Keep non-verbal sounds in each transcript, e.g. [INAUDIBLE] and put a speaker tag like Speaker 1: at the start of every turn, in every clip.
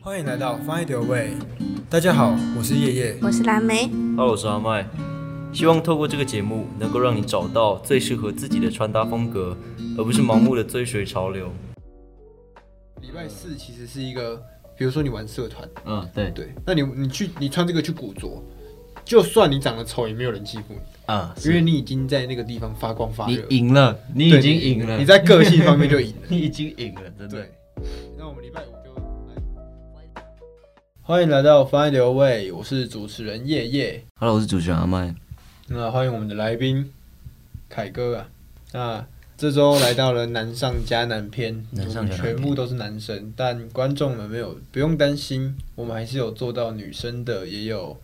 Speaker 1: 欢迎来到 Find Your Way。大家好，我是叶叶。
Speaker 2: 我是蓝莓，
Speaker 3: 哈喽，我是阿麦。希望透过这个节目，能够让你找到最适合自己的穿搭风格，而不是盲目的追随潮流。
Speaker 1: 礼拜四其实是一个，比如说你玩社团，
Speaker 3: 嗯，对，
Speaker 1: 对，那你你去你穿这个去古着，就算你长得丑，也没有人欺负你，
Speaker 3: 啊，
Speaker 1: 因为你已经在那个地方发光发热，
Speaker 3: 赢了，你
Speaker 1: 对你在个性方面就赢了。
Speaker 3: [LAUGHS] 你已经赢了，真
Speaker 1: 对。，那我们礼拜五就来。欢迎来到 Find Your Way，我是主持人叶叶。
Speaker 3: 哈喽，我是主持人阿麦。
Speaker 1: 那欢迎我们的来宾凯哥啊，那这周来到了南上加南篇，
Speaker 3: 南
Speaker 1: 我
Speaker 3: 上
Speaker 1: 们
Speaker 3: 加南篇
Speaker 1: 全部都是男生，但观众们没有不用担心，我们还是有做到女生的，也有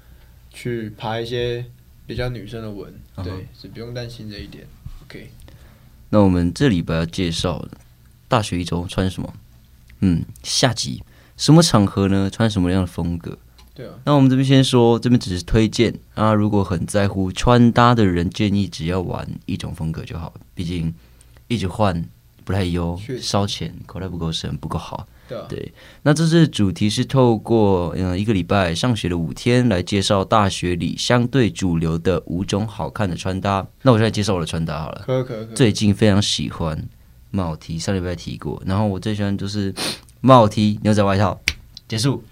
Speaker 1: 去爬一些比较女生的文，
Speaker 3: 嗯哼
Speaker 1: 对，是不用担心这一点。OK，
Speaker 3: 那我们这礼拜要介绍的大学一周穿什么？嗯，下集什么场合呢？穿什么样的风格？
Speaker 1: 对啊，
Speaker 3: 那我们这边先说，这边只是推荐啊。如果很在乎穿搭的人，建议只要玩一种风格就好，毕竟一直换不太优
Speaker 1: 确，实
Speaker 3: 烧钱，口袋不够深，不够好。
Speaker 1: 对啊，
Speaker 3: 对那这次主题是透过嗯、呃一个礼拜上学的五天来介绍大学里相对主流的五种好看的穿搭。那我就来介绍我的穿搭好了。
Speaker 1: 可可可，
Speaker 3: 最近非常喜欢帽 T，上礼拜提过。然后我最喜欢就是 [COUGHS] 帽 T 牛仔外套，结束。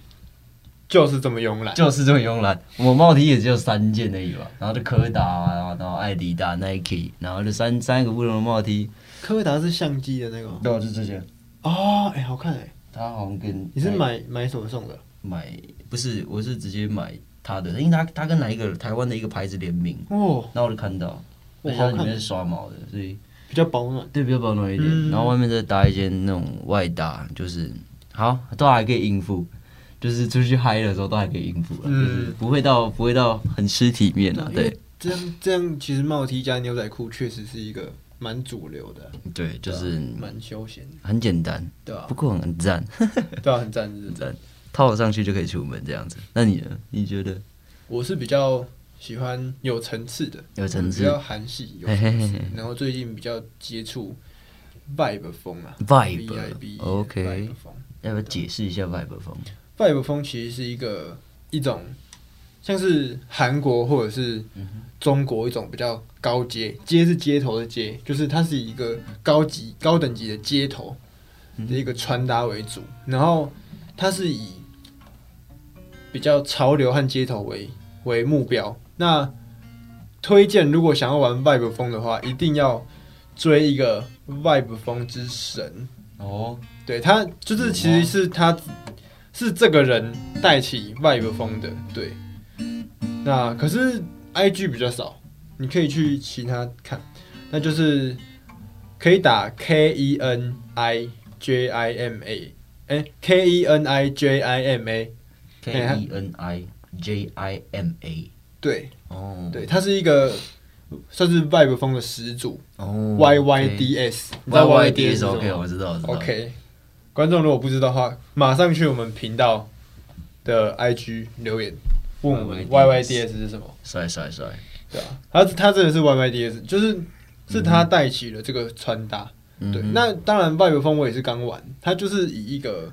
Speaker 1: 就是这么慵懒。
Speaker 3: 就是这么慵懒。我帽 T 也只有三件而已吧，然后就柯达啊，然后然后艾迪达、Nike，然后就三三个不同的帽 T。
Speaker 1: 柯达是相机的那个吗
Speaker 3: 对，啊就这些。
Speaker 1: 哦，哎、好看哎、
Speaker 3: 他好像跟
Speaker 1: 你是买买什么送的？
Speaker 3: 买不是，我是直接买他的，因为他他跟哪一个台湾的一个牌子联名，
Speaker 1: 哦，
Speaker 3: 然后我就看到，
Speaker 1: 哦
Speaker 3: 而且它里面是刷毛的，所以
Speaker 1: 比较保暖。
Speaker 3: 对比较保暖一点。
Speaker 1: 嗯
Speaker 3: 然后外面再搭一件那种外搭，就是好都还可以应付。就是出去嗨的时候都还可以应付了，
Speaker 1: 嗯
Speaker 3: 就是不会到不会到很吃体面啊。
Speaker 1: 因
Speaker 3: 对
Speaker 1: 为，这样这样，其实帽 T 加牛仔裤确实是一个蛮主流的，
Speaker 3: 对，就
Speaker 1: 对啊
Speaker 3: 是
Speaker 1: 蛮休闲的，
Speaker 3: 很简单，
Speaker 1: 对啊
Speaker 3: 不，过很
Speaker 1: [LAUGHS]
Speaker 3: 赞，
Speaker 1: 对啊，很赞很赞。
Speaker 3: 套上去就可以出门这样子。那你呢？你觉得
Speaker 1: 我是比较喜欢有层次的，
Speaker 3: 有层
Speaker 1: 比
Speaker 3: 次
Speaker 1: 较韩系有层
Speaker 3: 嘿
Speaker 1: 次
Speaker 3: 嘿嘿，
Speaker 1: 然后最近比较接触 vibe 风啊
Speaker 3: vibe
Speaker 1: V-I-B
Speaker 3: OK
Speaker 1: vibe 风
Speaker 3: 要不要解释一下 vibe 风？
Speaker 1: vibe 风其实是一个一种像是韩国或者是中国一种比较高阶，街是街头的街，就是它是以一个高级高等级的街头的一个穿搭为主，然后它是以比较潮流和街头为为目标。那推荐如果想要玩 vibe 风的话，一定要追一个 vibe 风之神，
Speaker 3: 哦，
Speaker 1: 对他就是其实是他是这个人带起 vibe 风的，对。那可是 IG 比较少，你可以去其他看，那就是可以打 K E N I J I M A，哎、k E N I J I M A，
Speaker 3: K
Speaker 1: 对它
Speaker 3: E N I J I M A。
Speaker 1: 对
Speaker 3: 哦，
Speaker 1: 对，他是一个算是 vibe 风的始祖
Speaker 3: 哦
Speaker 1: Y Y D S，你知道
Speaker 3: Y
Speaker 1: Y
Speaker 3: Y
Speaker 1: Y D
Speaker 3: D
Speaker 1: S 是
Speaker 3: 是
Speaker 1: 什么
Speaker 3: OK，我知道，我知道。
Speaker 1: OK，观众如果不知道的话，马上去我们频道的 IG 留言，问我们
Speaker 3: YYDS
Speaker 1: YYDS 是什么？
Speaker 3: 帅帅帅，
Speaker 1: 对啊，嗯他他真的是 YYDS，就是是他带起了这个穿搭。
Speaker 3: 嗯
Speaker 1: 对，
Speaker 3: 哼
Speaker 1: 那当然外国风我也是刚玩，他就是以一个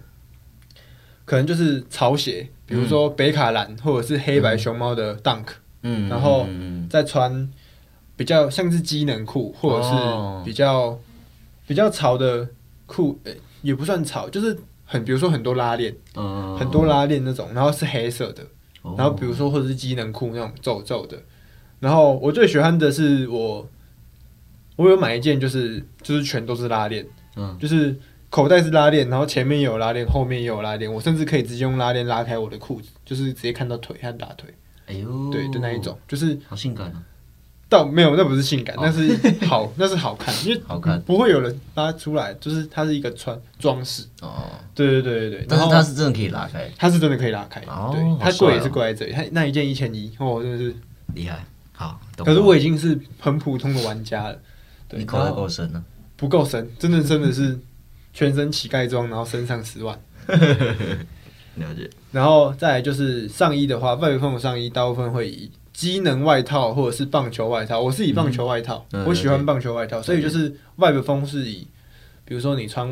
Speaker 1: 可能就是潮鞋，比如说北卡蓝或者是黑白熊猫的 Dunk，、
Speaker 3: 嗯
Speaker 1: 然后
Speaker 3: 嗯
Speaker 1: 再穿比较像是机能裤，或者
Speaker 3: 哦
Speaker 1: 是比较、比较潮的裤、诶也不算潮，就是很比如说很多拉链，
Speaker 3: 嗯
Speaker 1: 很多，拉链那种，然后是黑色的，
Speaker 3: 哦
Speaker 1: 然后比如说或者是机能裤那种皱皱的，然后我最喜欢的是我我有买一件就是就是全都是拉链，
Speaker 3: 嗯
Speaker 1: 就是口袋是拉链，然后前面也有拉链，后面也有拉链，我甚至可以直接用拉链拉开我的裤子，就是直接看到腿和大腿，
Speaker 3: 哎呦，
Speaker 1: 对的那一种，，
Speaker 3: 哦
Speaker 1: 就是
Speaker 3: 好性感啊！
Speaker 1: 倒没有，那不是性感，
Speaker 3: 哦
Speaker 1: 那是好， [LAUGHS] 那是好看，因为
Speaker 3: 好看
Speaker 1: 不会有人拉出来，就是它是一个穿装饰。
Speaker 3: 哦，
Speaker 1: 对对对对对，然
Speaker 3: 但是
Speaker 1: 后
Speaker 3: 它是真的可以拉开，
Speaker 1: 它是真的可以拉开，
Speaker 3: 哦
Speaker 1: 对，
Speaker 3: 好
Speaker 1: 它
Speaker 3: 帅哦
Speaker 1: 贵也是贵在这里，它那一件一千一，哦，真的是。
Speaker 3: 厉害。好，懂
Speaker 1: 可是
Speaker 3: 了
Speaker 1: 我已经是很普通的玩家了，对，
Speaker 3: 你口袋
Speaker 1: 然后
Speaker 3: 够深啊
Speaker 1: [LAUGHS]
Speaker 3: 了，
Speaker 1: 不够深，真的真的是全身乞丐装，然后身上十万。
Speaker 3: [LAUGHS] 了解。
Speaker 1: 然后再来就是上衣的话，外围风的上衣大部分会以机能外套或者是棒球外套。我是以棒球外套，
Speaker 3: 嗯嗯
Speaker 1: 我喜
Speaker 3: 了
Speaker 1: 欢
Speaker 3: 解
Speaker 1: 棒球外套，所以就是外围风是以，比如说你穿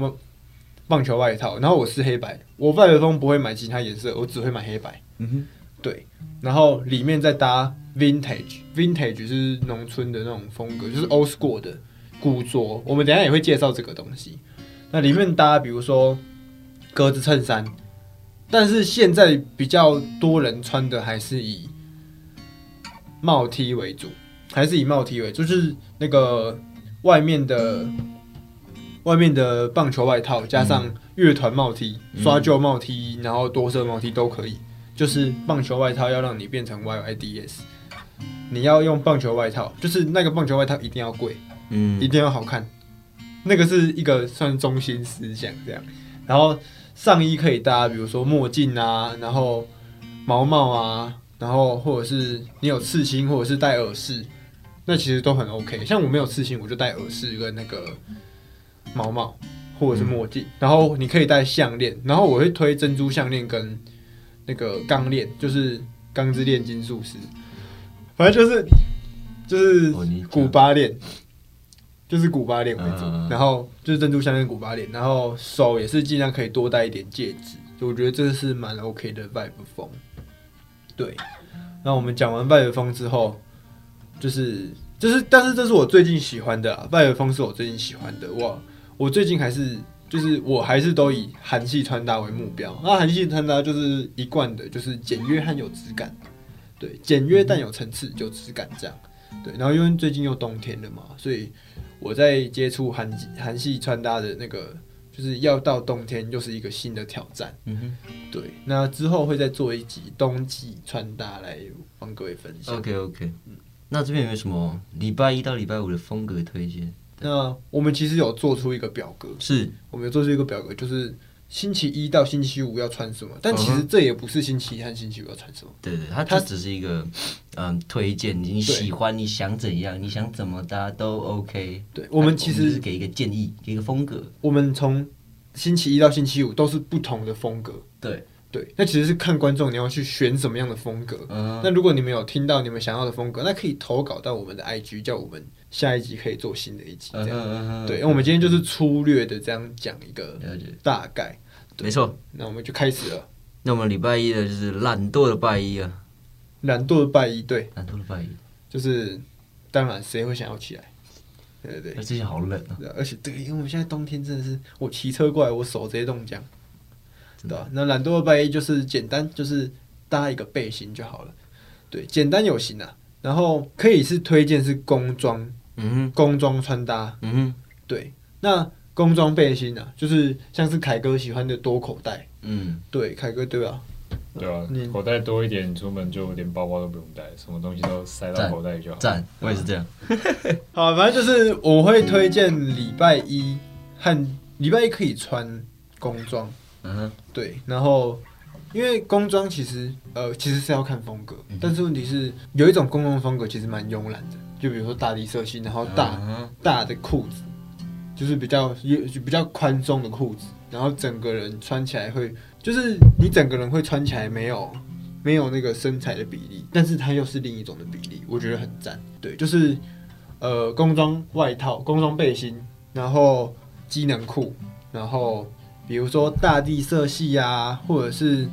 Speaker 1: 棒球外套，然后我是黑白，我外流通不会买其他颜色，我只会买黑白。
Speaker 3: 嗯哼，
Speaker 1: 对，然后里面再搭 vintage，vintage 是农村的那种风格，就是 old school 的古着。我们等一下也会介绍这个东西。那里面搭比如说格子衬衫，但是现在比较多人穿的还是以帽 T 为主，还是以帽 T 为主，就是那个外面的外面的棒球外套加上乐团帽 T、刷旧帽 T，然后多色帽 T 都可以。就是棒球外套要让你变成 YYDS，你要用棒球外套，就是那个棒球外套一定要贵，
Speaker 3: 嗯
Speaker 1: 一定要好看，那个是一个算中心思想这样。然后上衣可以搭，比如说墨镜啊，然后毛帽啊，然后或者是你有刺青，或者是戴耳饰，那其实都很 OK。像我没有刺青，我就戴耳饰跟那个毛帽或者是墨
Speaker 3: 嗯
Speaker 1: 镜，然后你可以戴项链，然后我会推珍珠项链跟那个钢链，就是钢之炼金术师，反正就是就是
Speaker 3: 哦你讲
Speaker 1: 古巴链。就是古巴链为主，
Speaker 3: 嗯嗯嗯
Speaker 1: 然后就是珍珠项链、古巴链，然后手也是尽量可以多戴一点戒指，我觉得这是蛮 OK 的 vibe 风。对，那我们讲完 vibe 风之后，就是就是，但是这是我最近喜欢的啊，vibe 风是我最近喜欢的。我我最近还是就是我还是都以韩系穿搭为目标，那韩系穿搭就是一贯的，就是简约和有质感，对，简约但有层次、有质感这样。对，然后因为最近又冬天了嘛，所以我在接触韩系韩系穿搭的那个，就是要到冬天又是一个新的挑战。
Speaker 3: 嗯哼
Speaker 1: 对，那之后会再做一集冬季穿搭来帮各位分享。
Speaker 3: ，OK OK，那
Speaker 1: 嗯
Speaker 3: 这边有没有什么礼拜一到礼拜五的风格推荐？
Speaker 1: 那我们其实有做出一个表格，
Speaker 3: 是
Speaker 1: 我们有做出一个表格，就是星期一到星期五要穿什么，但其
Speaker 3: 嗯
Speaker 1: 实这也不是星期一和星期五要穿什么。
Speaker 3: 对对，它它
Speaker 1: 它
Speaker 3: 只是一个嗯推荐，你喜欢你想怎样，你想怎么搭都 OK。
Speaker 1: 对我们
Speaker 3: 它
Speaker 1: 其
Speaker 3: 就
Speaker 1: 实
Speaker 3: 是给一个建议，给一个风格。
Speaker 1: 我们从星期一到星期五都是不同的风格，
Speaker 3: 对，
Speaker 1: 对，那其实是看观众你要去选什么样的风格。
Speaker 3: 嗯，
Speaker 1: 那如果你们有听到你们想要的风格，那可以投稿到我们的 IG，叫我们下一集可以做新的一集这
Speaker 3: 嗯
Speaker 1: 样。
Speaker 3: 嗯
Speaker 1: 对，我们今天就是粗略的这样讲一个
Speaker 3: 了解，
Speaker 1: 大概，
Speaker 3: 没错。
Speaker 1: 那我们就开始了。
Speaker 3: 那我们礼拜一的就是懒惰的拜一啊，
Speaker 1: 懒惰的拜一，对，
Speaker 3: 懒惰的拜一。
Speaker 1: 就是当然谁会想要起来？对对
Speaker 3: 那最近好冷啊，
Speaker 1: 对，而且对，因为我们现在冬天真的是，我骑车过来，我手直接冻僵，
Speaker 3: 真
Speaker 1: 对吧、
Speaker 3: 的。
Speaker 1: 那懒惰的拜一就是简单，就是搭一个背心就好了，对，简单有型啊。然后可以是推荐是工装，
Speaker 3: 嗯哼，
Speaker 1: 工装穿搭，
Speaker 3: 嗯哼，
Speaker 1: 对，那工装背心啊，就是像是凯哥喜欢的多口袋。
Speaker 3: 嗯，
Speaker 1: 对，凯哥对吧？
Speaker 2: 对啊
Speaker 1: 嗯，
Speaker 2: 口袋多一点，出门就连包包都不用带，什么东西都塞到
Speaker 3: 赞
Speaker 2: 口袋里就好。
Speaker 3: 赞，我也是这样。
Speaker 1: 好，反正就是我会推荐礼拜一和礼拜一可以穿工装，
Speaker 3: 嗯哼，
Speaker 1: 对，然后因为工装其实呃其实是要看风格，但是问题是有一种工装风格其实蛮慵懒的，就比如说大地色系，然后大、
Speaker 3: 嗯哼
Speaker 1: 大的裤子，就是比较有比较宽松的裤子，然后整个人穿起来会，就是你整个人会穿起来没有没有那个身材的比例，但是它又是另一种的比例，我觉得很赞。对，就是呃工装外套、工装背心，然后机能裤，然后比如说大地色系啊，或者是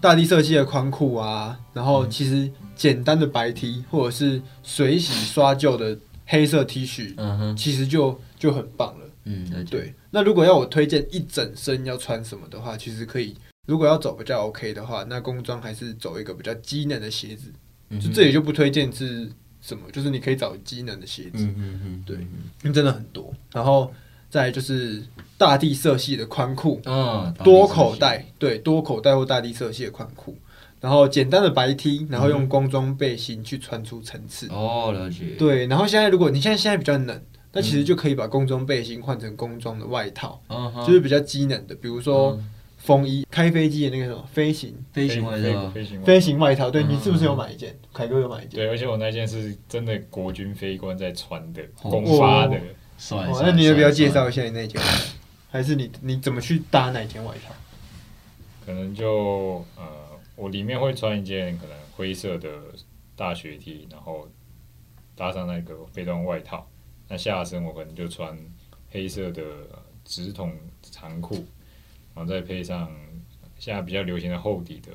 Speaker 1: 大地色系的宽裤啊，然后其实简单的白 T 或者是水洗刷旧的黑色 T 恤，
Speaker 3: 嗯哼，
Speaker 1: 其实就就很棒了。
Speaker 3: 嗯，了解。
Speaker 1: 对，那如果要我推荐一整身要穿什么的话，其实可以。如果要走比较 OK 的话，那工装还是走一个比较机能的鞋子。
Speaker 3: 嗯哼
Speaker 1: 就这里就不推荐是什么，就是你可以找机能的鞋子，
Speaker 3: 嗯嗯嗯，
Speaker 1: 对因为真的很多。然后再来就是大地色系的宽裤，
Speaker 3: 嗯，
Speaker 1: 多口，袋，对，多口袋或大地色系的宽裤，然后简单的白 T，然后用工装背心去穿出层次。
Speaker 3: 哦，了解，
Speaker 1: 对，然后现在如果你现在现在比较冷，那其实就可以把工装背心换成工装的外套，
Speaker 3: 嗯哼，
Speaker 1: 就是比较机能的，比如说
Speaker 3: 嗯
Speaker 1: 风衣、开飞机的那个什么飞行
Speaker 3: 飞行外
Speaker 2: 飞
Speaker 3: 套，
Speaker 2: 飞行
Speaker 1: 飞
Speaker 2: 外套。
Speaker 1: 行外套。对你
Speaker 3: 嗯
Speaker 1: 是不是有买一件？凯哥有买一件。哦
Speaker 2: 对，而且我那件是真的国军飞官在穿的，
Speaker 3: 哦
Speaker 2: 公发的
Speaker 1: 哦。
Speaker 3: 帅
Speaker 1: 哦，
Speaker 3: 帅
Speaker 1: 那你要不要
Speaker 3: 帅
Speaker 1: 介绍一下你那件？还是你你怎么去搭那件外套？
Speaker 2: 可能就呃，我里面会穿一件可能灰色的大学 T，然后搭上那个飞端外套。那下身我可能就穿黑色的呃直筒长裤，然后再配上现在比较流行的厚底的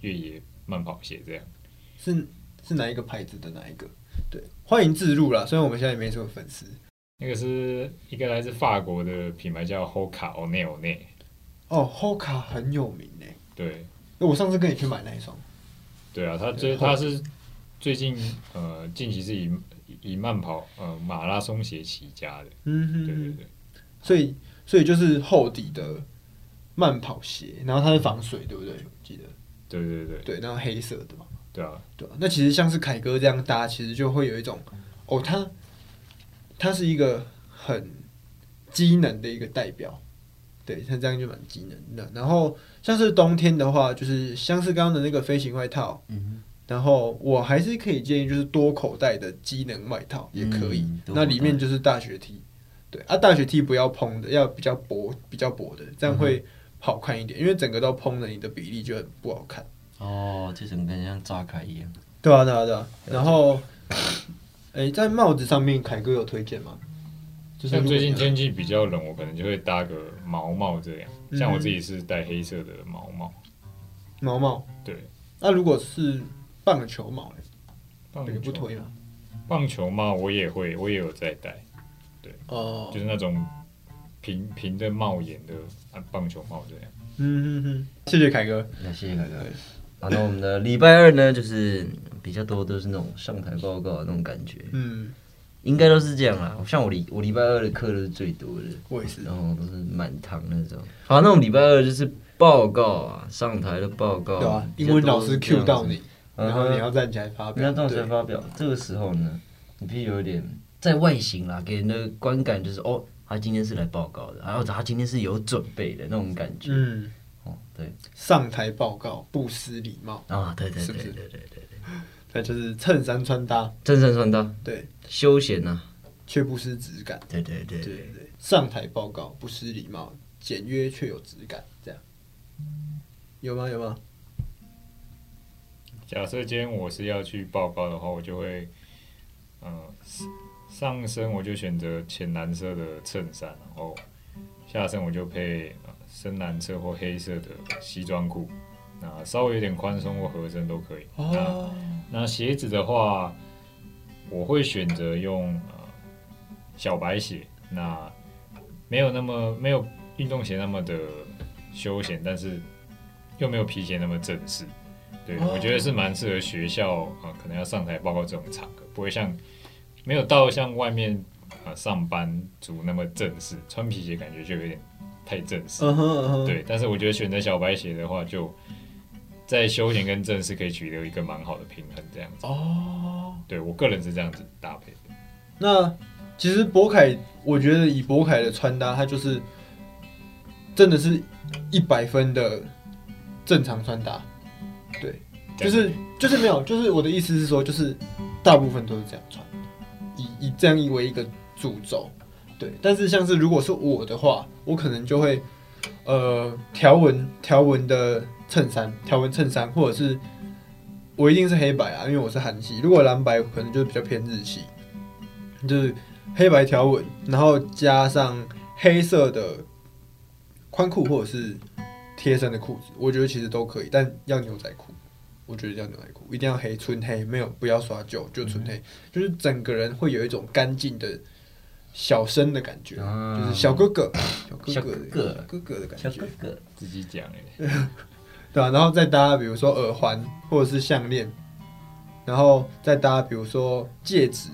Speaker 2: 越野慢跑鞋，这样
Speaker 1: 是是哪一个牌子的哪一个？对，欢迎自入啦。虽然我们现在也没什么粉丝，
Speaker 2: 那个是一个来自法国的品牌叫 Hoka o n e o n e
Speaker 1: 哦，Hoka 很有名诶、
Speaker 2: 对
Speaker 1: 我上次跟你去买那一双，
Speaker 2: 对啊，他最
Speaker 1: 对
Speaker 2: 他是最近呃近期是以以慢跑呃马拉松鞋起家的，
Speaker 1: 嗯
Speaker 2: 对
Speaker 1: 哼
Speaker 2: 对
Speaker 1: 哼，
Speaker 2: 对，
Speaker 1: 所以所以就是厚底的慢跑鞋，然后它是防水，对不对？我记得
Speaker 2: 对对对
Speaker 1: 对，然后黑色的嘛，
Speaker 2: 对啊，
Speaker 1: 对啊、那其实像是凯哥这样搭，其实就会有一种哦，它它是一个很机能的一个代表，对，像这样就蛮机能的。然后像是冬天的话，就是像是刚刚的那个飞行外套，
Speaker 3: 嗯
Speaker 1: 然后我还是可以建议就是多口袋的机能外套也可以，
Speaker 3: 嗯多口
Speaker 1: 那
Speaker 3: 袋
Speaker 1: 里面就是大学 T，对啊，大学 T 不要蓬的，要比较薄比较薄的，这样会好看一点，因为整个都蓬了，你的比例就很不好看。
Speaker 3: 哼，哦，这整个人像炸开一样。
Speaker 1: 对啊，对啊，对啊。然后，哎、在帽子上面，凯哥有推荐吗？就是啊
Speaker 2: 像
Speaker 1: 如果
Speaker 2: 最
Speaker 1: 你
Speaker 2: 近天气比较冷，我可能就会搭个毛帽这样，
Speaker 1: 嗯
Speaker 2: 像我自己是戴黑色的毛帽，
Speaker 1: 毛毛，
Speaker 2: 对，
Speaker 1: 那如果是棒球帽嘞，
Speaker 2: 棒
Speaker 1: 你不
Speaker 2: 球
Speaker 1: 推吗？
Speaker 2: 棒球帽我也会，我也有在戴，
Speaker 1: 哦
Speaker 2: 就，是那种平平的帽檐的啊棒球帽这样。
Speaker 1: 嗯嗯嗯，谢谢凯哥。
Speaker 3: 那谢谢凯哥。好，那我们的礼拜二呢，就是比较多都是那种上台报告的那种感觉，
Speaker 1: 嗯，
Speaker 3: 应该都是这样啦。像我礼我礼拜二的课都是最多的，
Speaker 1: 我也是
Speaker 3: 然。后都是满堂那种。好，那我们礼拜二就是报告啊，上台的报告，
Speaker 1: 对啊，
Speaker 3: 比
Speaker 1: 英
Speaker 3: 较多
Speaker 1: 文老
Speaker 3: 是
Speaker 1: 师
Speaker 3: 这样
Speaker 1: Q 到
Speaker 3: 子，
Speaker 1: 你，
Speaker 3: 嗯
Speaker 1: 然后你要站起来发
Speaker 3: 你
Speaker 1: 表。
Speaker 3: 要动手
Speaker 1: 对
Speaker 3: 发表。这个时候呢，你必须有一点在外形啦，给人的观感就是哦，他今天是来报告的，然后他今天是有准备的那种感觉。
Speaker 1: 嗯，
Speaker 3: 哦，对，
Speaker 1: 上台报告不失礼貌，
Speaker 3: 啊，对对
Speaker 1: 是
Speaker 3: 对
Speaker 1: 不
Speaker 3: 对
Speaker 1: 是
Speaker 3: 对对对，
Speaker 1: 那就是衬衫穿搭，
Speaker 3: 正身穿搭，
Speaker 1: 对，
Speaker 3: 休闲呐、
Speaker 1: 却不失质感。
Speaker 3: 对对对
Speaker 1: 对对对，上台报告不失礼貌，简约却有质感，这样有吗？有吗？
Speaker 2: 假设今天我是要去报告的话，我就会，嗯、上身我就选择浅蓝色的衬衫，然后下身我就配、呃深蓝色或黑色的西装裤，那稍微有点宽松或合身都可以。那
Speaker 1: 哦，
Speaker 2: 那鞋子的话，我会选择用呃小白鞋，那没有那么没有运动鞋那么的休闲，但是又没有皮鞋那么正式。对，
Speaker 1: 哦
Speaker 2: 我觉得是蛮适合学校啊、呃可能要上台报告这种场合，不会像没有到像外面啊、呃上班族那么正式，穿皮鞋感觉就有点太正式。
Speaker 1: 嗯哼嗯哼，
Speaker 2: 对，但是我觉得选择小白鞋的话，就在休闲跟正式可以取得一个蛮好的平衡，这样子。
Speaker 1: 哦，
Speaker 2: 对我个人是这样子搭配的。
Speaker 1: 那其实博凯，我觉得以博凯的穿搭，他就是真的是一百分的正常穿搭，就是就是没有，就是我的意思是说，就是大部分都是这样穿，以以这样以为一个主轴，对。但是像是如果是我的话，我可能就会呃条纹条纹的衬衫，条纹衬衫，或者是我一定是黑白啊，因为我是韩系。如果蓝白，可能就比较偏日系，就是黑白条纹，然后加上黑色的宽裤或者是贴身的裤子，我觉得其实都可以，但要牛仔裤。我觉得要牛仔裤一定要黑，纯黑，没有不要刷旧，就纯
Speaker 3: 嗯
Speaker 1: 黑，就是整个人会有一种干净的小生的感觉，
Speaker 3: 啊
Speaker 1: 就是小哥哥、小哥
Speaker 3: 小
Speaker 1: 哥的、
Speaker 3: 哥哥
Speaker 1: 小哥哥的感
Speaker 3: 小
Speaker 1: 觉
Speaker 3: 哥，哥，
Speaker 2: 自己讲哎、
Speaker 1: 对啊，然后再搭比如说耳环或者是项链，然后再搭比如说戒指，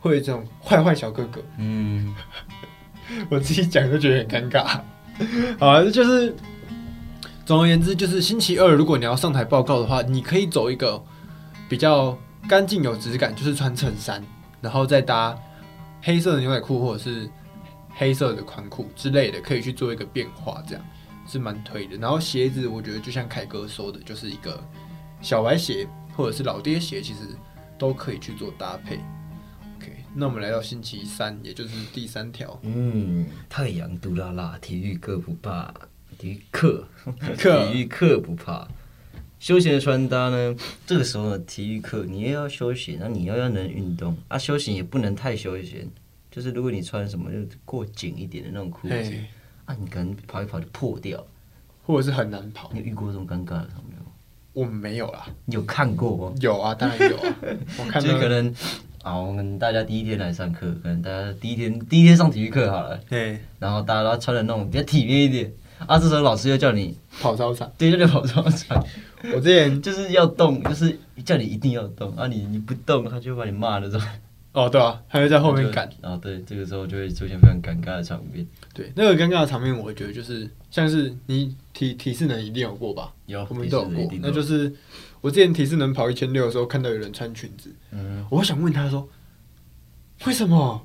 Speaker 1: 会有这种坏坏小哥哥，
Speaker 3: 嗯，
Speaker 1: [LAUGHS] 我自己讲都觉得很尴尬。好啊，就是总而言之，就是星期二如果你要上台报告的话，你可以走一个比较干净有质感，就是穿衬衫，然后再搭黑色的牛仔裤或者是黑色的宽裤之类的，可以去做一个变化，这样是蛮推的。然后鞋子，我觉得就像凯哥说的，就是一个小白鞋或者是老爹鞋，其实都可以去做搭配。OK，那我们来到星期三，也就是第三条。
Speaker 3: 嗯，太阳毒辣辣，体育课不怕，体育课，
Speaker 1: [LAUGHS] 课
Speaker 3: 体育课不怕。休闲的穿搭呢，这个时候呢，体育课你又要休闲，那你又要能运动啊，休闲也不能太休闲，就是如果你穿什么就过紧一点的那种裤子
Speaker 1: 嘿，
Speaker 3: 啊，你可能跑一跑就破掉。
Speaker 1: 或者是很难跑
Speaker 3: 你。有遇过这种尴尬的场面吗？
Speaker 1: 我们没有啦，
Speaker 3: 你有看过吗？
Speaker 1: 有啊，当然有
Speaker 3: [LAUGHS]
Speaker 1: 啊。我看
Speaker 3: 就是
Speaker 1: 到
Speaker 3: 可，能啊，我们大家第一天来上课，可能大家第一天第一天上体育课好了，
Speaker 1: 哎，
Speaker 3: 然后大家都穿的那种比较体面一点，啊，这时候老师又叫你，
Speaker 1: 跑操场。
Speaker 3: 对，叫你跑操场， [LAUGHS]
Speaker 1: 我之前
Speaker 3: 就是要动，就是叫你一定要动，啊你，你不动，他就把你骂那种。 [LAUGHS]
Speaker 1: 哦，对啊，他会在后面赶。
Speaker 3: 啊，对，这个时候就会出现非常尴尬的场面。
Speaker 1: 对，那个尴尬的场面，我觉得就是像是你体体适能一定有过吧？
Speaker 3: 有
Speaker 1: 我们都有
Speaker 3: 体适能一
Speaker 1: 过
Speaker 3: 定。都
Speaker 1: 那
Speaker 3: 有
Speaker 1: 就是我之前体适能跑一千六的时候，看到有人穿裙子，
Speaker 3: 嗯，
Speaker 1: 我想问他说，为什么？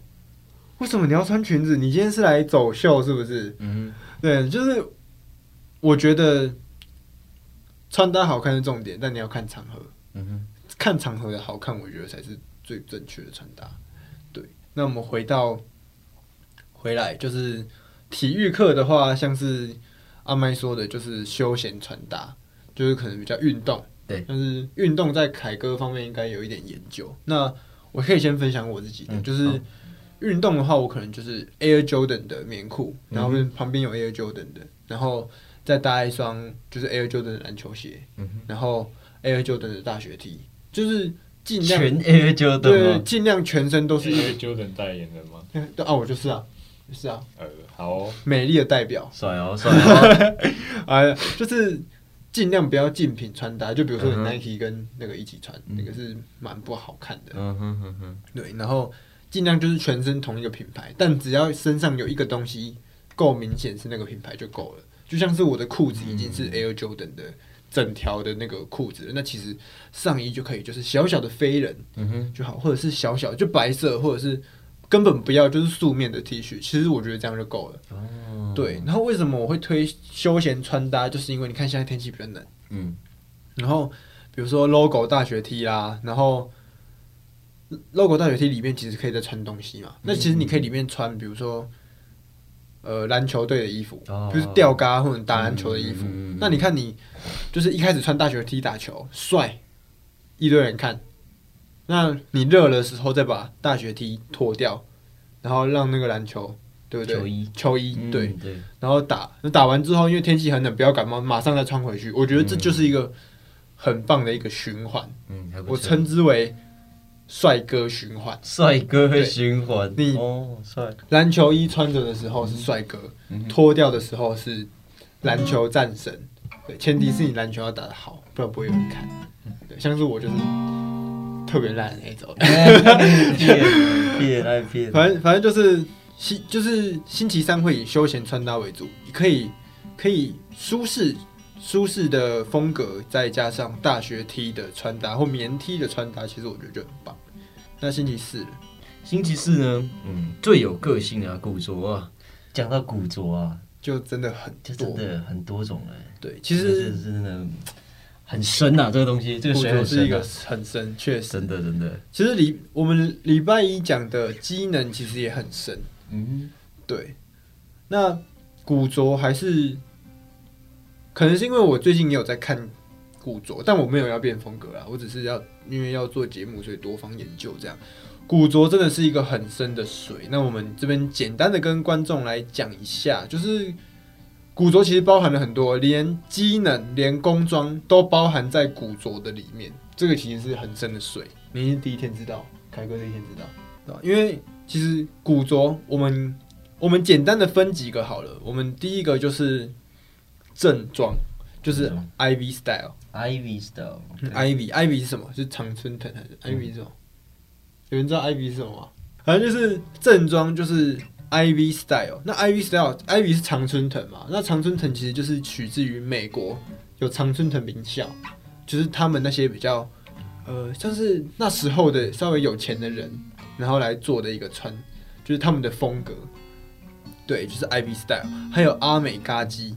Speaker 1: 为什么你要穿裙子？你今天是来走秀是不是？
Speaker 3: 嗯，
Speaker 1: 对，就是我觉得穿搭好看是重点，但你要看场合，
Speaker 3: 嗯哼，
Speaker 1: 看场合的好看，我觉得才是最正确的穿搭。对，那我们回到回来，就是体育课的话，像是阿麦说的，就是休闲穿搭，就是可能比较运动。
Speaker 3: 对
Speaker 1: 但是运动在凯歌方面应该有一点研究。那我可以先分享我自己的，
Speaker 3: 嗯
Speaker 1: 就是
Speaker 3: 好
Speaker 1: 运动的话，我可能就是 Air Jordan 的棉裤，然后
Speaker 3: 嗯
Speaker 1: 旁边有 Air Jordan 的，然后再搭一双就是 Air Jordan 的篮球鞋，
Speaker 2: 嗯哼
Speaker 1: 然后 Air Jordan 的大学 T，就是尽量
Speaker 3: 全 A 就等
Speaker 1: 对
Speaker 3: 了。
Speaker 1: 尽量全身都是
Speaker 2: 因
Speaker 1: 一
Speaker 2: 为 Jordan 代言人吗？
Speaker 1: 对啊，我就是啊，就是啊，
Speaker 2: 呃，好哦，
Speaker 1: 美丽的代表
Speaker 3: 帅哦，帅 [LAUGHS] 哦，
Speaker 1: 啊，就是尽量不要竞品穿搭，就比如说
Speaker 3: 嗯
Speaker 1: 你
Speaker 3: 哼
Speaker 1: Nike 跟那个一起穿，那个是蛮不好看的。
Speaker 3: 嗯哼哼哼，
Speaker 1: 对，然后尽量就是全身同一个品牌，但只要身上有一个东西够明显是那个品牌就够了。就像是我的裤子已经
Speaker 3: 嗯
Speaker 1: 是 Air Jordan 的整条的那个裤子了，那其实上衣就可以就是小小的飞人
Speaker 3: 嗯哼，
Speaker 1: 就好，或者是小小就白色，或者是根本不要就是素面的 T 恤，其实我觉得这样就够了。
Speaker 3: 哦，
Speaker 1: 对，然后为什么我会推休闲穿搭，就是因为你看现在天气比较冷，
Speaker 3: 嗯，
Speaker 1: 然后比如说 logo 大学 T 啦，然后 logo 大学 T 里面其实可以再穿东西
Speaker 3: 嗯
Speaker 1: 嘛。那其实你可以里面穿，比如说呃篮球队的衣服，
Speaker 3: 哦
Speaker 1: 就是吊嘎或者打篮球的衣服。
Speaker 3: 嗯嗯嗯嗯
Speaker 1: 那你看你就是一开始穿大学 T 打球，帅，一堆人看。那你热的时候再把大学 T 脱掉，然后让那个篮球，对不对？
Speaker 3: 球衣
Speaker 1: 球衣
Speaker 3: 嗯
Speaker 1: 对，
Speaker 3: 对，
Speaker 1: 然后打，那打完之后，因为天气很冷，不要感冒，马上再穿回去。我觉得这就是一个很棒的一个循环，
Speaker 3: 嗯，还不
Speaker 1: 我
Speaker 3: 错
Speaker 1: 称之为帅哥循环。
Speaker 3: 帅哥会
Speaker 1: 对
Speaker 3: 循环，
Speaker 1: 你
Speaker 3: 哦，帅，
Speaker 1: 篮球衣穿着的时候是帅哥，脱掉的时候是篮球战神。对，前提是你篮球要打得好，不然不会有人看。对，像是我就是特别烂的那种。
Speaker 3: [LAUGHS] 骗骗爱骗，
Speaker 1: 反正反正就是星就是星期三会以休闲穿搭为主，可以可以舒适舒适的风格，再加上大学 T 的穿搭或棉 T 的穿搭，其实我觉得就很棒。那星期四了
Speaker 3: 星期四呢，嗯，最有个性的啊，古着啊，讲到古着啊，
Speaker 1: 就真的很
Speaker 3: 就真
Speaker 1: 多，
Speaker 3: 的很多种哎、
Speaker 1: 对，其
Speaker 3: 这
Speaker 1: 实
Speaker 3: 是真的很深呐、这个东西，这个
Speaker 1: 我
Speaker 3: 水
Speaker 1: 觉
Speaker 3: 很
Speaker 1: 得
Speaker 3: 深、啊、
Speaker 1: 是一个很深，确实。
Speaker 3: 真的真的，
Speaker 1: 其实礼我们礼拜一讲的机能其实也很深，
Speaker 3: 嗯，
Speaker 1: 对，那古着还是，可能是因为我最近也有在看古着，但我没有要变风格啊啦，我只是要因为要做节目，所以多方研究这样。古着真的是一个很深的水，那我们这边简单的跟观众来讲一下，就是古着其实包含了很多，连机能、连工装都包含在古着的里面，这个其实是很深的水。你是第一天知道，凯哥第一天知道，对吧因为其实古着我们我们简单的分几个好了。我们第一个就是正装，就是
Speaker 3: 正装
Speaker 1: IV style。
Speaker 3: Ivy style，
Speaker 1: IV，IV 是什么？是常春藤还是 IV 是什么？有人知道 IV 是什么吗？嗯反正就是正装，就是 IV style。那 IV style，IV 是常春藤嘛？那常春藤其实就是取自于美国有常春藤名校，就是他们那些比较呃，像是那时候的稍微有钱的人，然后来做的一个穿，就是他们的风格。对，就是 IV style，还有阿美嘎叽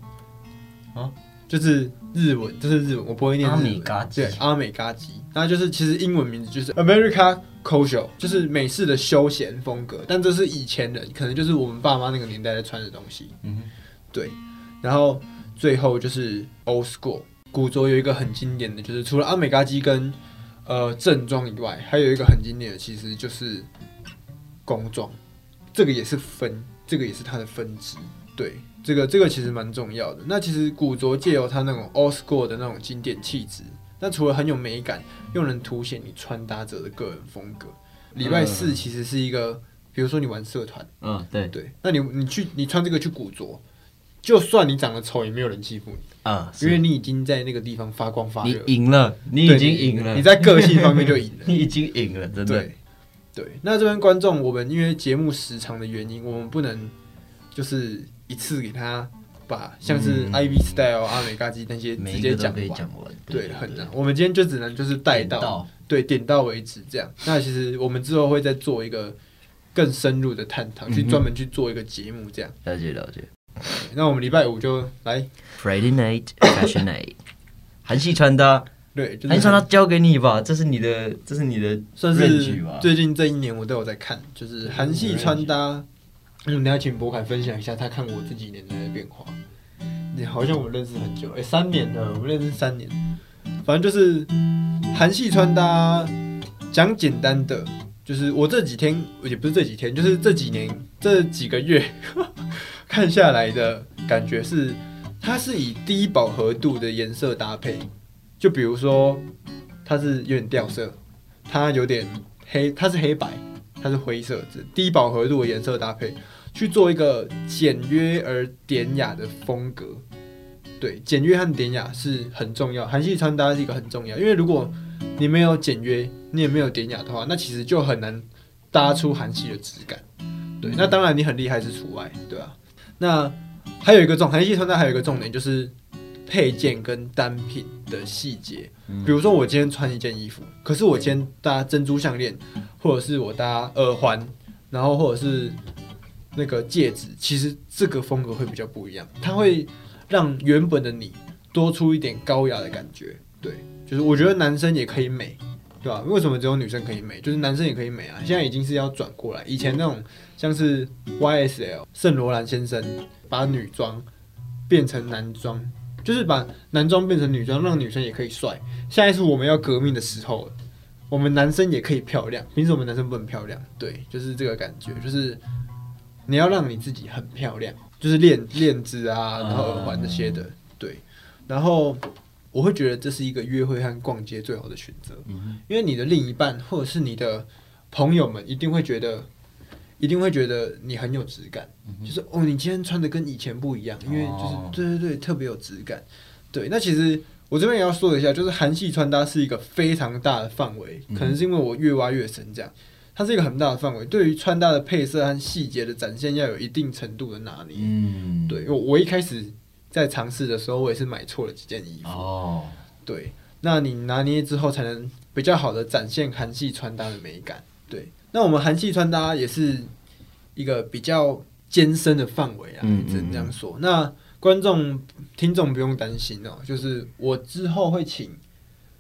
Speaker 3: 啊，
Speaker 1: 就是日文，这、是日文，我不会念日文。
Speaker 3: 阿美嘎叽
Speaker 1: 对，阿美嘎叽，那就是其实英文名字就是 America Casual，就是美式的休闲风格，但这是以前人，可能就是我们爸妈那个年代在穿的东西。
Speaker 3: 嗯
Speaker 1: 对，然后最后就是 old school。古着有一个很经典的，就是除了阿美嘎基跟呃正装以外，还有一个很经典的，其实就是工装，这个也是分，这个也是它的分支。对，这个这个其实蛮重要的。那其实古着借由它那种 old school 的那种经典气质，那除了很有美感，又能凸显你穿搭者的个人风格。礼拜四其实是一个，比如说你玩社团，
Speaker 3: 嗯，对，
Speaker 1: 对，那你你去你穿这个去古着，就算你长得丑，也没有人欺负你，
Speaker 3: 啊，
Speaker 1: 因为
Speaker 3: 是
Speaker 1: 你已经在那个地方发光发
Speaker 3: 你
Speaker 1: 热，
Speaker 3: 赢了，你
Speaker 1: 对
Speaker 3: 已经赢了，
Speaker 1: 你在个性方面就赢了。
Speaker 3: [LAUGHS] 你已经赢了，真的
Speaker 1: 对，对。那这边观众，我们因为节目时长的原因，我们不能就是一次给他把像是
Speaker 3: 嗯
Speaker 1: IV Style、阿美嘎基那些
Speaker 3: 每
Speaker 1: 直
Speaker 3: 一
Speaker 1: 接
Speaker 3: 个都
Speaker 1: 讲
Speaker 3: 可以
Speaker 1: 完。
Speaker 3: 讲完，
Speaker 1: 对，很难。我们今天就只能就是带
Speaker 3: 点
Speaker 1: 到，对，点到为止这样。那其实我们之后会再做一个更深入的探讨，去
Speaker 3: 嗯哼
Speaker 1: 专门去做一个节目这样。
Speaker 3: 了解了解。
Speaker 1: 对那我们礼拜五就来，
Speaker 3: Friday night fashion night，韩系穿搭，
Speaker 1: 对，就是
Speaker 3: 韩系穿搭交给你吧，这是你的，这是你的
Speaker 1: 算
Speaker 3: range
Speaker 1: 是
Speaker 3: 吧。
Speaker 1: 最近这一年我都有在看，就是韩系穿搭。嗯，你要请博凯分享一下他看我这几年来的变化。你好像我们认识很久，哎、三年了，我们认识三年。反正就是韩系穿搭，讲简单的，就是我这几天也不是这几天，就是这几年这几个月 [LAUGHS] 看下来的感觉是，它是以低饱和度的颜色搭配，就比如说它是有点掉色，它有点黑，它是黑白，它是灰色，这低饱和度的颜色搭配，去做一个简约而典雅的风格。对，简约和典雅是很重要，韩系穿搭是一个很重要，因为如果你没有简约，你也没有典雅的话，那其实就很难搭出韩系的质感。对，那当然你很厉害是除外，对啊。那还有一个重，韩系穿搭还有一个重点就是配件跟单品的细节。比如说我今天穿一件衣服，可是我今天搭珍珠项链，或者是我搭耳环，然后或者是那个戒指，其实这个风格会比较不一样，它会让原本的你多出一点高雅的感觉。对，就是我觉得男生也可以美，对吧、为什么只有女生可以美？就是男生也可以美啊！现在已经是要转过来，以前那种像是 YSL 圣罗兰先生把女装变成男装，就是把男装变成女装，让女生也可以帅。现在是我们要革命的时候了，我们男生也可以漂亮，凭什么男生不能漂亮？对，就是这个感觉，就是你要让你自己很漂亮，就是链链子啊，然后耳环这些的，对，然后。我会觉得这是一个约会和逛街最好的选择，
Speaker 3: 嗯
Speaker 1: 因为你的另一半或者是你的朋友们一定会觉得，一定会觉得你很有质感，就是哦，你今天穿的跟以前不一样，因为就是、
Speaker 3: 嗯哦
Speaker 1: 对对对，特别有质感。对，那其实我这边也要说一下，就是韩系穿搭是一个非常大的范围，
Speaker 3: 嗯
Speaker 1: 可能是因为我越挖越深这样。它是一个很大的范围，对于穿搭的配色和细节的展现要有一定程度的拿捏。
Speaker 3: 嗯，
Speaker 1: 对，我我一开始在尝试的时候，我也是买错了几件衣服。
Speaker 3: 哦，
Speaker 1: 对，那你拿捏之后才能比较好的展现韩系穿搭的美感。对，那我们韩系穿搭也是一个比较艰深的范围啊，
Speaker 3: 嗯
Speaker 1: 只能这
Speaker 3: 嗯
Speaker 1: 样
Speaker 3: 嗯
Speaker 1: 说。那观众听众不用担心哦，就是我之后会请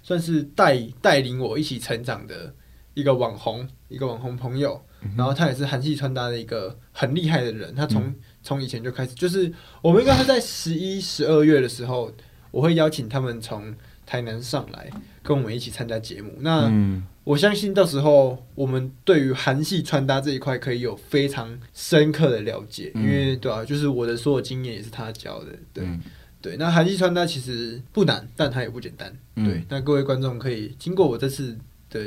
Speaker 1: 算是带带领我一起成长的一个网红，一个网红朋友，
Speaker 3: 嗯
Speaker 1: 然后他也是韩系穿搭的一个很厉害的人，他从
Speaker 3: 嗯
Speaker 1: 从以前就开始，就是我们应该会在十一、十二月的时候，我会邀请他们从台南上来跟我们一起参加节目。那
Speaker 3: 嗯，
Speaker 1: 我相信到时候我们对于韩系穿搭这一块可以有非常深刻的了解，
Speaker 3: 嗯
Speaker 1: 因为对啊，就是我的所有经验也是他教的，对、
Speaker 3: 嗯
Speaker 1: 对。那韩系穿搭其实不难，但它也不简单，
Speaker 3: 嗯
Speaker 1: 对。那各位观众可以经过我这次的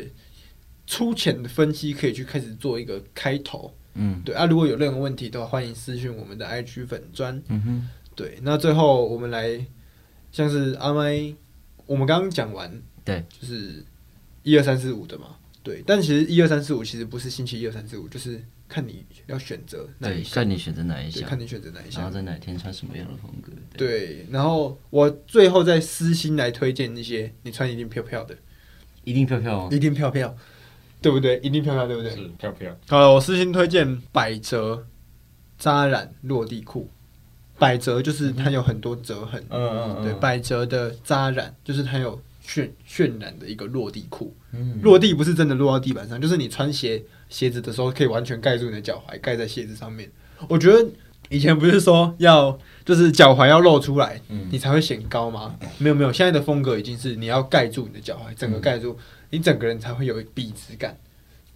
Speaker 1: 粗浅的分析，可以去开始做一个开头，
Speaker 3: 嗯
Speaker 1: 对啊。如果有任何问题的话，欢迎私讯我们的 IG 粉砖，
Speaker 3: 嗯哼，
Speaker 1: 对，那最后我们来，像是阿麦，我们刚刚讲完，
Speaker 3: 对，
Speaker 1: 就是一二三四五的嘛，对。但其实一二三四五其实不是星期一二三四五，就是看你要选择哪
Speaker 3: 对，
Speaker 1: 一项，
Speaker 3: 看你选择哪一
Speaker 1: 对，
Speaker 3: 项，
Speaker 1: 看你选择哪一
Speaker 3: 然
Speaker 1: 项。
Speaker 3: 后在哪天穿什么样的风格，，
Speaker 1: 对，然后我最后再私心来推荐一些你穿一定飘飘的，
Speaker 3: 一定飘飘哦，
Speaker 1: 一定飘飘，对不对？一定飘飘，对不对？
Speaker 2: 是漂漂，
Speaker 1: 好了，我私心推荐百褶扎染落地裤。百褶就是它有很多折痕，
Speaker 3: 嗯
Speaker 1: 对，百褶的扎染就是它有渲渲染的一个落地裤，
Speaker 3: 嗯
Speaker 1: 落地不是真的落到地板上，就是你穿鞋鞋子的时候可以完全盖住你的脚踝，盖在鞋子上面。我觉得以前不是说要就是脚踝要露出来，
Speaker 3: 嗯
Speaker 1: 你才会显高吗？没有没有，现在的风格已经是你要盖住你的脚踝，整个盖住，你整个人才会有笔直感。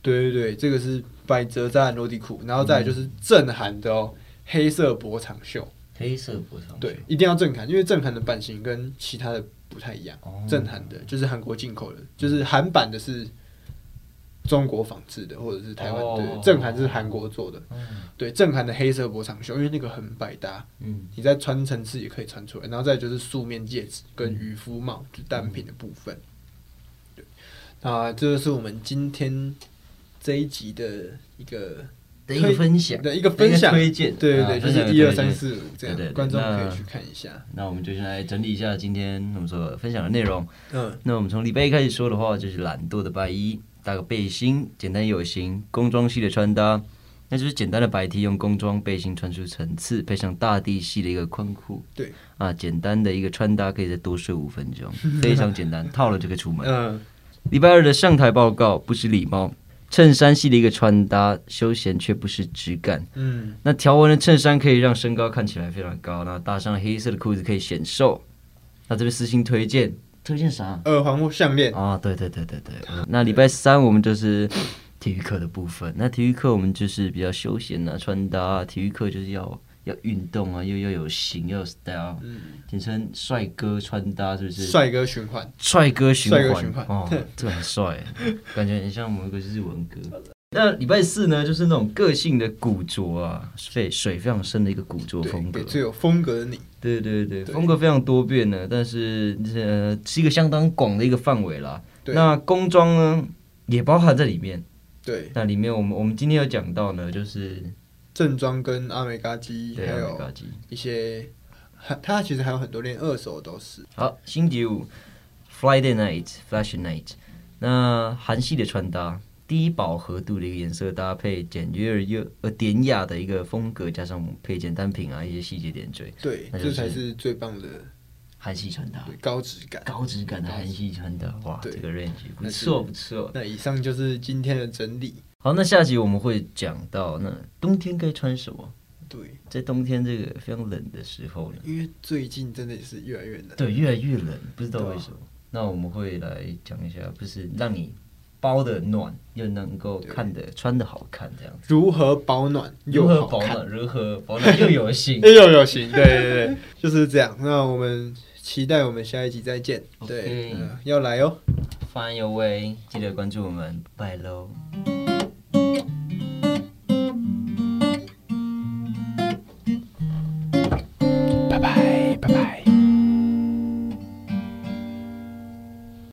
Speaker 1: 对对对，这个是百褶扎染落地裤，然后再来就是正韩的哦，黑色薄长袖，
Speaker 4: 黑色薄长袖。
Speaker 1: 对，一定要正韩，因为正韩的版型跟其他的不太一样。
Speaker 4: 哦，
Speaker 1: 正韩的就是韩国进口的，就是韩版的是中国仿制的，或者是台湾
Speaker 4: 哦
Speaker 1: 对，正韩是韩国做的。
Speaker 4: 嗯
Speaker 1: 对，正韩的黑色薄长袖，因为那个很百搭，
Speaker 4: 嗯
Speaker 1: 你在穿层次也可以穿出来。然后再就是素面戒指跟渔夫帽，就单品的部分。对，那这就是我们今天这一集的一个
Speaker 4: 的一个分享，
Speaker 1: 的一个分享。
Speaker 4: 推荐，
Speaker 1: 对对
Speaker 4: 啊
Speaker 1: 对，就
Speaker 4: 分享
Speaker 1: 是
Speaker 4: 跟
Speaker 1: 一二
Speaker 4: 推荐
Speaker 1: 三四五这
Speaker 3: 对对
Speaker 1: 样，
Speaker 3: 对
Speaker 1: 观众可
Speaker 3: 那
Speaker 1: 以去看一下。
Speaker 3: 那我们就先来整理一下今天我们所分享的内容。
Speaker 1: 嗯，
Speaker 3: 那我们从礼拜一开始说的话，就是懒惰的白衣，搭个背心，简单有型，工装系的穿搭，那就是简单的白 T 用工装背心穿出层次，配上大地系的一个宽裤。
Speaker 1: 对，
Speaker 3: 啊，简单的一个穿搭可以再多睡五分钟，非常简单，套了就可以出门。
Speaker 1: 嗯，
Speaker 3: 礼拜二的上台报告不失礼貌，衬衫系的一个穿搭，休闲却不失质感。
Speaker 1: 嗯，
Speaker 3: 那条纹的衬衫可以让身高看起来非常高，那搭上黑色的裤子可以显瘦。那这边私信推荐，推荐啥？
Speaker 1: 耳环或项链，
Speaker 3: 啊、对对对对对。啊那礼拜三我们就是体育课的部分。那体育课我们就是比较休闲啊，穿搭、啊。体育课就是要要运动啊，又要有型，要有 style，
Speaker 1: 嗯，
Speaker 3: 简称帅哥穿搭，是不是？
Speaker 1: 帅哥循环，
Speaker 3: 帅哥循
Speaker 1: 帅
Speaker 3: 环，
Speaker 1: 哥循环
Speaker 3: 哦，这个很帅，感觉很像某一个日文歌。那礼拜四呢，就是那种个性的古着啊，水水非常深的一个古着风
Speaker 1: 对，
Speaker 3: 格
Speaker 1: 给，最有风格的你。
Speaker 3: 对对对，
Speaker 1: 对
Speaker 3: 风格非常多变呢，但是呃是一个相当广的一个范围啦。
Speaker 1: 对
Speaker 3: 那工装呢也包含在里面。
Speaker 1: 对，
Speaker 3: 那里面我们我们今天有讲到呢，就是
Speaker 1: 正装跟阿美嘎基，
Speaker 3: 对啊
Speaker 1: 还
Speaker 3: 阿美嘎
Speaker 1: 有
Speaker 3: 基。
Speaker 1: 一些，还它其实还有很多连二手都是。
Speaker 3: 好，星期五，Friday night fashion night。那韩系的穿搭，低饱和度的一个颜色搭配，简约而又呃典雅的一个风格，加上配件单品啊一些细节点缀，
Speaker 1: 对，
Speaker 3: 那就
Speaker 1: 这
Speaker 3: 是
Speaker 1: 才是最棒的
Speaker 3: 韩系穿搭，
Speaker 1: 对高质感。
Speaker 3: 高质感的韩系穿搭，哇，
Speaker 1: 对
Speaker 3: 这个 range 不
Speaker 1: 那是
Speaker 3: 错不错。
Speaker 1: 那以上就是今天的整理。
Speaker 3: 好，那下集我们会讲到那冬天该穿什么，
Speaker 1: 对，
Speaker 3: 在冬天这个非常冷的时候呢，
Speaker 1: 因为最近真的也是越来越冷。
Speaker 3: 对，越来越冷，不知道
Speaker 1: 对啊
Speaker 3: 为什么。那我们会来讲一下，就是让你包的暖，又能够看的穿的好看，这样子。
Speaker 1: 如何保暖又
Speaker 3: 如何
Speaker 1: 好
Speaker 3: 保
Speaker 1: 看？
Speaker 3: 暖？如何保暖又有 [LAUGHS] 型？
Speaker 1: 又有型，对对对，就是这样。那我们期待我们下一集再见。对
Speaker 3: OK
Speaker 1: 嗯要来哦。
Speaker 3: Find your way，记得关注我们，拜喽。